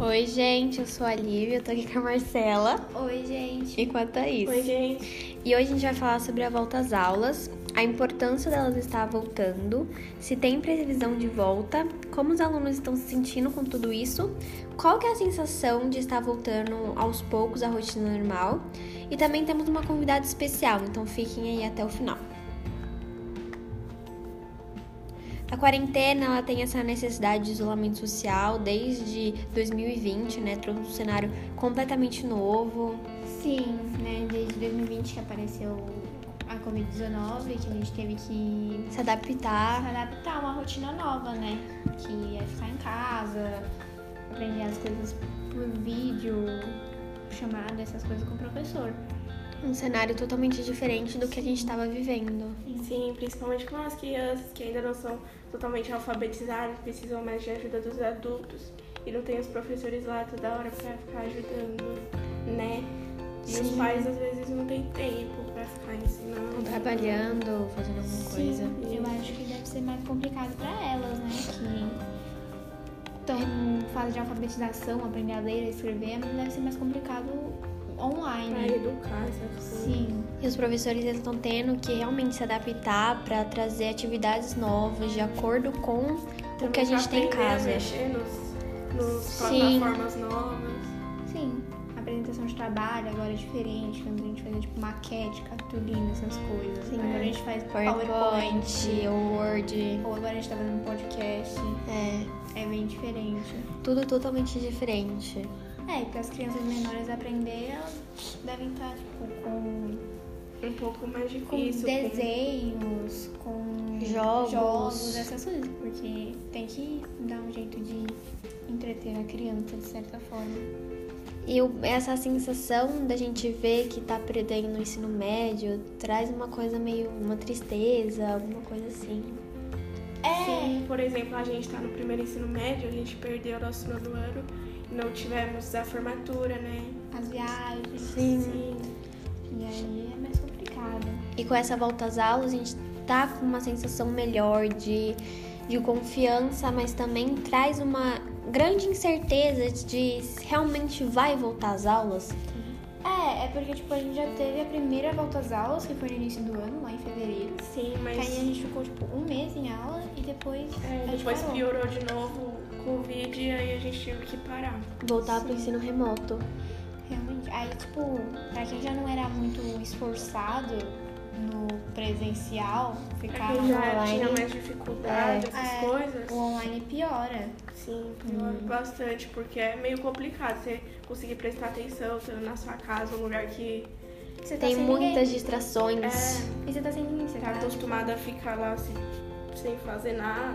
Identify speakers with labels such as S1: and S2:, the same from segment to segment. S1: Oi, gente, eu sou a Lívia, eu tô aqui com a Marcela
S2: Oi, gente.
S1: e com a Thaís.
S2: gente.
S1: E hoje a gente vai falar sobre a volta às aulas, a importância delas estar voltando, se tem previsão de volta, como os alunos estão se sentindo com tudo isso, qual que é a sensação de estar voltando aos poucos à rotina normal. E também temos uma convidada especial, então fiquem aí até o final. A quarentena ela tem essa necessidade de isolamento social desde 2020, né? Trouxe um cenário completamente novo,
S2: Sim, né? Desde 2020 que apareceu a Covid-19, que a gente teve que
S1: se adaptar.
S2: adaptar a uma rotina nova, né? Que é ficar em casa, aprender as coisas por vídeo, chamada, essas coisas com o professor.
S1: Um cenário totalmente diferente do que a gente estava vivendo.
S3: Sim, principalmente com as crianças que ainda não são totalmente alfabetizadas, precisam mais de ajuda dos adultos e não tem os professores lá toda hora pra ficar ajudando, né? E os
S1: Sim.
S3: pais às vezes não tem tempo pra ficar ensinando.
S1: Trabalhando, fazendo alguma coisa.
S2: Eu acho que deve ser mais complicado pra elas, né? Que estão em fase de alfabetização, aprender a ler e escrever, mas deve ser mais complicado
S3: Pra
S2: online. né?
S3: educar, sabe?
S2: Sim.
S1: E os professores eles estão tendo que realmente se adaptar para trazer atividades novas de acordo com o que a gente tem em casa.
S3: Mexer nos, nos
S1: Sim.
S3: plataformas novas.
S2: Sim, a apresentação de trabalho agora é diferente. Lembra a gente fazia tipo maquete, cartolina, essas coisas.
S1: Sim.
S2: agora a gente faz
S1: PowerPoint,
S2: PowerPoint.
S1: Word,
S2: Ou agora a gente tá fazendo podcast.
S1: é,
S2: É bem diferente.
S1: tudo totalmente diferente.
S2: É, e para as crianças menores aprender, elas devem estar tipo, com,
S3: Um pouco mais
S2: com
S3: difícil. com-
S2: desenhos, com
S1: Jogos.
S2: jogos, essas coisas. Porque tem que dar um jeito de entreter a criança de certa forma.
S1: E o- essa sensação da gente ver que tá perdendo o ensino médio traz uma coisa meio uma tristeza, alguma coisa assim.
S3: Sim, por exemplo, a gente tá no primeiro ensino médio, a gente perdeu o nosso nono ano e não tivemos a formatura, né?
S2: As viagens.
S3: Sim.
S2: E aí é mais complicado.
S1: E com essa volta às aulas, a gente tá com uma sensação melhor de, de confiança, mas também traz uma grande incerteza de se realmente vai voltar às aulas.
S2: É, é porque tipo, a gente já teve a primeira volta às aulas, que foi no início do ano, lá em fevereiro.
S3: Sim,
S2: Que
S3: mas.
S2: aí a gente ficou tipo um mês em aula e depois. a
S3: É,
S2: gente
S3: depois
S2: parou.
S3: piorou de novo o Covid e aí a gente teve que parar.
S1: Voltar pro
S2: Sim.
S1: ensino remoto.
S2: Realmente. Aí, tipo, pra quem já não era muito esforçado no presencial,
S3: Pra
S2: ficar
S3: quem
S2: no
S3: já tinha
S2: online.
S3: mais dificuldade,
S1: É.
S3: essas
S2: É,
S3: coisas.
S2: O online piora.
S3: Sim, piorou bastante, porque é meio complicado você conseguir prestar atenção estando na sua casa, um lugar que
S2: Você tá
S1: Tem
S2: sem
S1: muitas
S2: ninguém.
S3: é,
S1: distrações.
S2: E você tá sem ninguém, você
S3: tá
S2: tá. tipo,
S3: acostumado a ficar lá assim, sem fazer nada.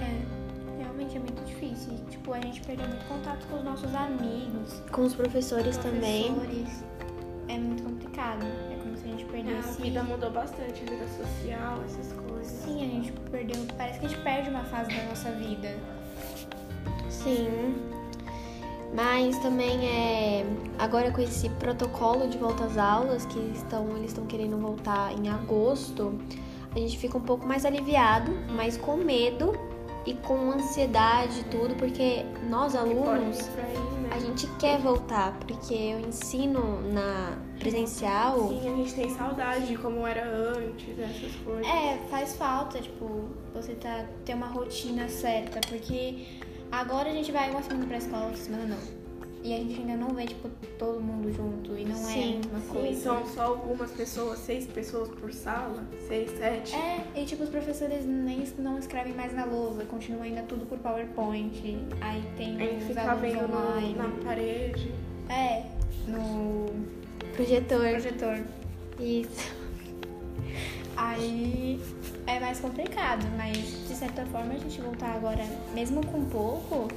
S2: É. Realmente é muito difícil. E, tipo, a gente perdeu muito contato com os nossos amigos.
S1: Com os professores também.
S2: professores. É muito complicado. É como se a gente
S3: A
S2: perdesse.
S3: vida mudou bastante, a vida social, essas coisas.
S2: Sim, a gente perdeu. Parece que a gente perde uma fase da nossa vida.
S1: Sim. Mas também é agora com esse protocolo de volta às aulas que estão eles estão querendo voltar em agosto, a gente fica um pouco mais aliviado, mas com medo e com ansiedade e tudo, porque nós
S3: Pode
S1: alunos
S3: vir pra aí, né?
S1: a gente quer voltar, porque eu ensino na presencial,
S3: Sim, a gente tem saudade de como era antes, essas coisas.
S2: É, faz falta, tipo, você tá, ter uma rotina certa, porque agora a gente vai uma semana pra escola, outra semana não. E a gente ainda não vê, tipo, todo mundo junto e não
S1: Sim,
S2: é uma
S3: Sim,
S2: coisa.
S3: são só algumas pessoas, seis pessoas por sala, seis, sete.
S2: É, e tipo, os professores nem não escrevem mais na lousa, continua ainda tudo por PowerPoint. Aí tem
S3: Aí
S2: É, os
S3: fica
S2: alunos
S3: vendo no-
S2: online.
S3: na parede.
S2: É, no
S1: projetor.
S2: projetor.
S1: Isso.
S2: Aí é mais complicado, mas de certa forma a gente voltar agora, mesmo com pouco,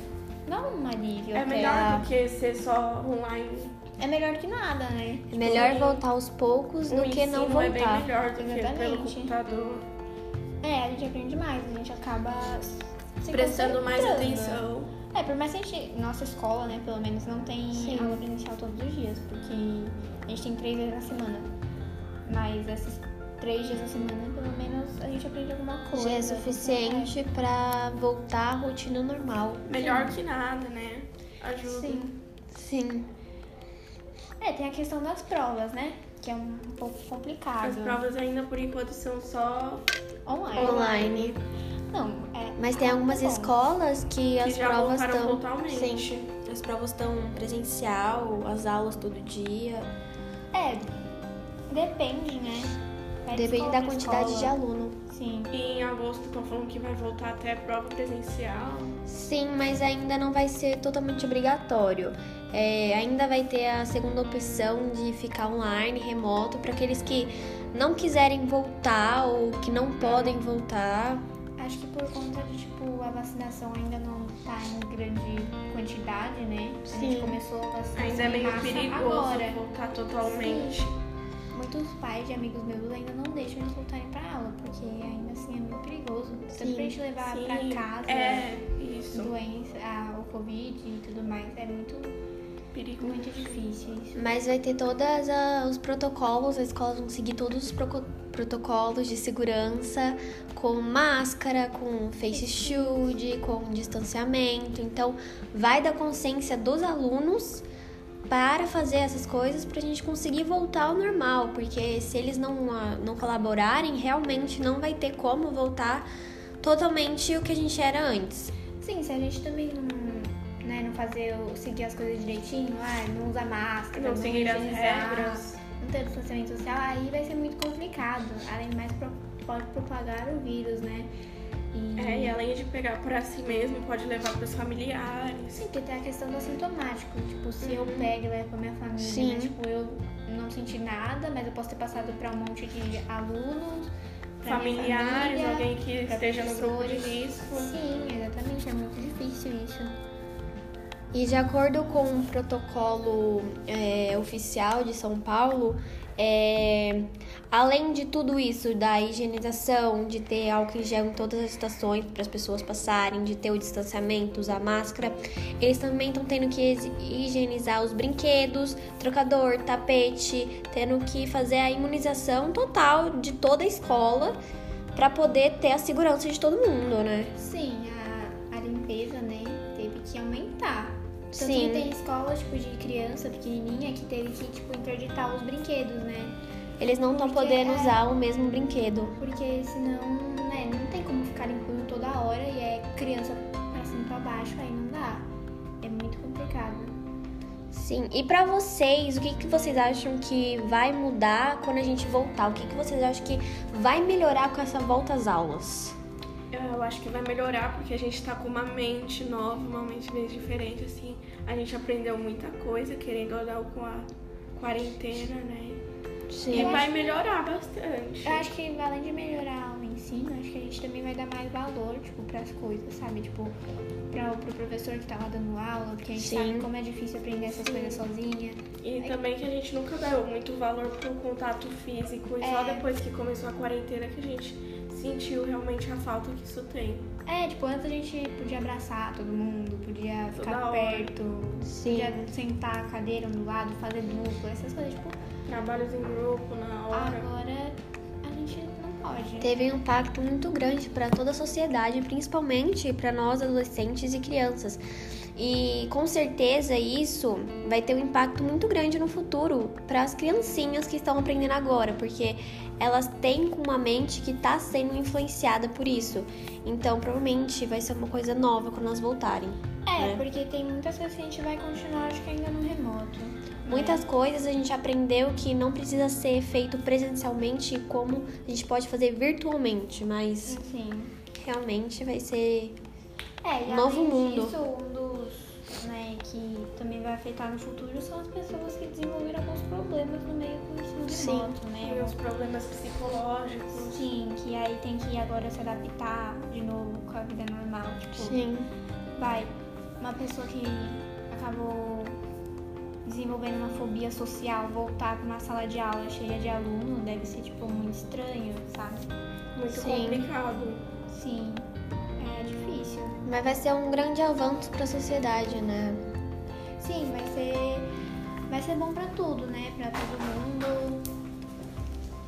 S2: dá um alívio.
S3: É
S2: até.
S3: melhor do que ser só online.
S2: É melhor que nada, né?
S1: É melhor voltar aos poucos do
S3: O
S1: que não
S3: ensino é bem
S1: voltar.
S3: melhor do que pelo
S2: Exatamente.
S3: computador.
S2: É, a gente aprende mais, a gente acaba se
S3: Prestando mais
S2: concentrando.
S3: atenção.
S2: É, por mais que a gente, nossa escola, né, pelo menos não tem
S1: Sim.
S2: aula presencial todos os dias, porque a gente tem três vezes na semana. Mas esses três dias na semana, pelo menos a gente aprende alguma coisa.
S1: Já
S3: é
S1: é suficiente pra voltar à rotina normal.
S3: Melhor que nada, né? ajuda.
S2: Sim.
S1: Sim.
S2: É, tem a questão das provas, né? Que é um pouco complicado.
S3: As provas ainda por enquanto são só
S2: Online.
S1: Online.
S2: Não, é.
S1: Mas tem
S2: ah,
S1: algumas
S2: bom.
S1: escolas que as
S3: já
S1: provas
S3: voltaram
S1: estão.
S3: totalmente.
S1: Sim. As provas estão presencial, as aulas todo dia.
S2: É. Depende, né? Vai de
S1: Depende
S2: escola
S1: da
S2: pra
S1: quantidade de
S2: escola.
S1: aluno.
S2: Sim.
S3: E em agosto estão falando que vai voltar até a prova presencial.
S1: Sim, mas ainda não vai ser totalmente obrigatório. É, ainda vai ter a segunda opção de ficar online, remoto, para aqueles que não quiserem voltar ou que não podem voltar.
S2: Acho que por conta de, tipo, a vacinação ainda não tá em grande quantidade, né? A gente
S1: Sim.
S2: começou a vacinação
S3: Ainda é
S2: em
S3: meio
S2: massa
S3: perigoso
S2: agora.
S3: voltar totalmente.
S2: Muitos pais de amigos meus ainda não deixam eles voltarem pra aula, porque ainda assim é meio perigoso. Tanto
S1: Sim.
S2: pra gente levar
S3: Sim,
S2: pra casa né?
S3: É, isso.
S2: doença, a- o Covid e tudo mais, é muito,
S3: Perigo.
S2: muito difícil isso.
S1: Mas vai ter todos os protocolos, as escolas vão seguir todos os proco- protocolos de segurança, com máscara, com face shield, com distanciamento. Então, vai da consciência dos alunos para fazer essas coisas para a gente conseguir voltar ao normal, porque se eles não, ah, não colaborarem, realmente não vai ter como voltar totalmente o que a gente era antes.
S2: Sim, se a gente também não, né, não fazer, o- seguir as coisas direitinho, ah, não usar máscara,
S3: Não seguir as
S2: higienizar,
S3: regras.
S2: não ter distanciamento social, aí vai ser muito complicado. Além do mais, pro- pode propagar o vírus, né? E,
S3: É, e além de pegar para si mesmo, pode levar para os familiares.
S2: Sim, porque tem a questão do assintomático. Tipo, se eu
S3: Uhum.
S2: pego e levo pra minha família,
S1: Sim.
S2: mas, tipo, eu não senti nada, mas eu posso ter passado pra um monte de alunos, pra minha
S3: Familiares,
S2: família,
S3: alguém que
S2: pra
S3: esteja no grupo de
S2: professores.
S3: risco.
S2: Sim, exatamente. É muito difícil isso.
S1: E de acordo com o protocolo é, oficial de São Paulo, é, além de tudo isso, da higienização, de ter álcool em gel em todas as estações para as pessoas passarem, de ter o distanciamento, usar máscara, eles também estão tendo que exi- higienizar os brinquedos, trocador, tapete, tendo que fazer a imunização total de toda a escola para poder ter a segurança de todo mundo, né?
S2: Sim, a, a limpeza, né, teve que aumentar. Tanto
S1: Sim.
S2: que tem escola, tipo, de criança pequenininha que teve que, tipo, interditar os brinquedos, né?
S1: Eles não estão
S2: Porque
S1: podendo
S2: é-
S1: usar o mesmo brinquedo.
S2: Porque senão, né, não tem como ficar limpando toda hora e é criança pra cima e pra baixo, aí não dá. É muito complicado.
S1: Sim, e pra vocês, o que, que vocês acham que vai mudar quando a gente voltar? O que, que vocês acham que vai melhorar com essa volta às aulas?
S3: Eu acho que vai melhorar porque a gente tá com uma mente nova, uma mente bem diferente, assim. A gente aprendeu muita coisa, querendo ou não, com a quarentena, né? E
S1: Sim.
S3: vai melhorar bastante.
S2: Eu acho que, além de melhorar o ensino, acho que a gente também vai dar mais valor, tipo, pras coisas, sabe? Tipo, pra, pro professor que tá lá dando aula, porque a gente
S1: Sim.
S2: sabe como é difícil aprender essas coisas sozinha.
S3: E também que a gente nunca deu muito valor pro contato físico. E só
S2: É.
S3: depois que começou a quarentena que a gente sentiu realmente a falta que isso tem.
S2: É, tipo, antes a gente podia abraçar todo mundo, podia ficar
S3: hora.
S2: perto,
S1: Sim.
S2: podia sentar a cadeira um do lado, fazer dupla, essas coisas. Tipo,
S3: Trabalhos em grupo, na hora.
S2: agora a gente não pode.
S1: Teve um impacto muito grande pra toda a sociedade, principalmente pra nós adolescentes e crianças. E com certeza isso vai ter um impacto muito grande no futuro para as criancinhas que estão aprendendo agora, porque elas têm com uma mente que está sendo influenciada por isso. Então, provavelmente vai ser uma coisa nova quando elas voltarem. né?
S2: É, porque tem muitas coisas que a gente vai continuar, acho que ainda no remoto.
S1: Muitas coisas a gente aprendeu que não precisa ser feito presencialmente, como a gente pode fazer virtualmente, mas
S2: Sim.
S1: realmente vai ser
S2: É, e
S1: Novo
S2: além
S1: mundo.
S2: disso, um dos né, que também vai afetar no futuro são as pessoas que desenvolveram alguns problemas no meio do ensino
S1: Sim.
S2: remoto, né?
S3: Tem os problemas psicológicos.
S2: Sim, que aí tem que agora se adaptar de novo com a vida normal. Tipo,
S1: sim.
S2: vai, uma pessoa que acabou desenvolvendo uma fobia social voltar pra uma sala de aula cheia de aluno deve ser, tipo, muito estranho, sabe?
S3: Muito
S1: Sim.
S3: complicado.
S2: Sim, é difícil.
S1: Mas vai ser um grande avanço para a sociedade, né?
S2: Sim, vai ser, vai ser bom pra tudo, né? Pra todo mundo.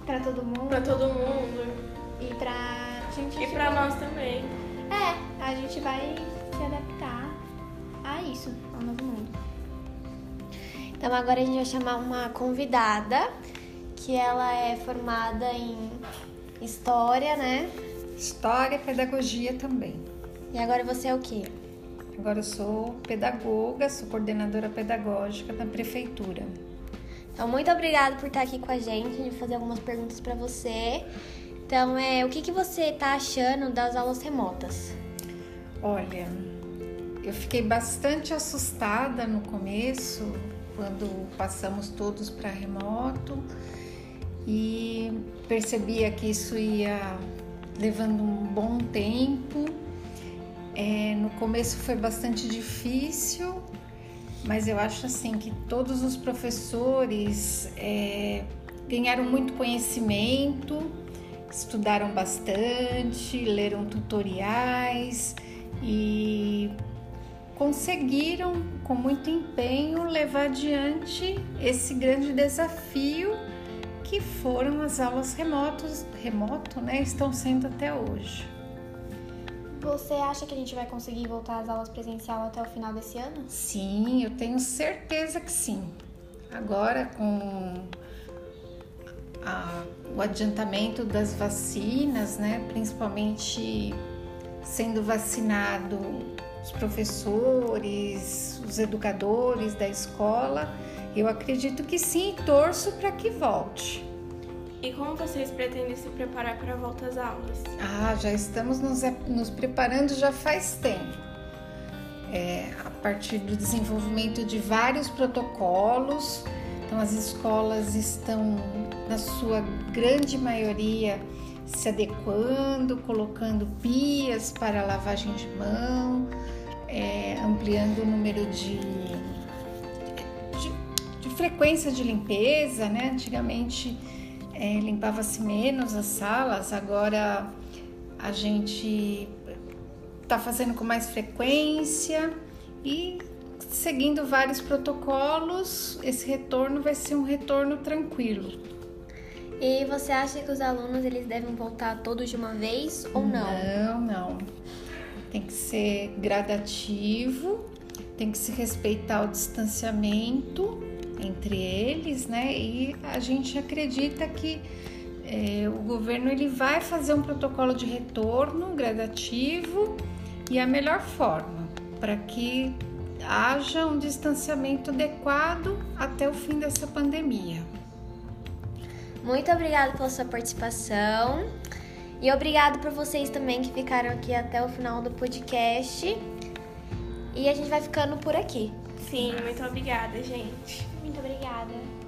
S2: Pra todo mundo
S3: Pra todo mundo.
S2: e pra gente.
S3: E
S2: tipo,
S3: pra nós também.
S2: É, a gente vai se adaptar a adaptar isso ao novo mundo.
S1: Então agora a gente vai chamar uma convidada, que ela é formada em história, né?
S4: História, pedagogia também.
S1: E agora você é o quê?
S4: Agora eu sou pedagoga, sou coordenadora pedagógica da prefeitura.
S1: Então muito obrigada por estar aqui com a gente, a gente vai fazer algumas perguntas para você. Então é, o que, que você tá achando das aulas remotas?
S4: Olha, eu fiquei bastante assustada no começo, quando passamos todos para remoto e percebia que isso ia levando um bom tempo. É, no começo foi bastante difícil, mas eu acho assim que todos os professores é, ganharam muito conhecimento, estudaram bastante, leram tutoriais e conseguiram, com muito empenho, levar adiante esse grande desafio que foram as aulas remotas, remoto, né? Estão sendo até hoje.
S2: Você acha que a gente vai conseguir voltar às aulas presencial até o final desse ano?
S4: Sim, eu tenho certeza que sim. Agora com a- o adiantamento das vacinas, né? Principalmente sendo vacinado os professores, os educadores da escola, eu acredito que sim, e torço para que volte.
S3: E como vocês pretendem se preparar para a volta às aulas?
S4: Ah, já estamos nos, nos preparando já faz tempo. É, a partir do desenvolvimento de vários protocolos, então as escolas estão, na sua grande maioria, se adequando, colocando pias para lavagem de mão, é, ampliando o número de, de, de frequência de limpeza, né? Antigamente é, limpava-se menos as salas, agora a gente está fazendo com mais frequência e seguindo vários protocolos, esse retorno vai ser um retorno tranquilo.
S1: E você acha que os alunos eles devem voltar todos de uma vez ou não?
S4: Não, não. Tem que ser gradativo, tem que se respeitar o distanciamento entre eles, né? E a gente acredita que eh, o governo ele vai fazer um protocolo de retorno gradativo e a melhor forma para que haja um distanciamento adequado até o fim dessa pandemia.
S1: Muito obrigada pela sua participação. E obrigado por vocês também que ficaram aqui até o final do podcast. E a gente vai ficando por aqui.
S3: Sim, muito obrigada, gente.
S2: Muito obrigada.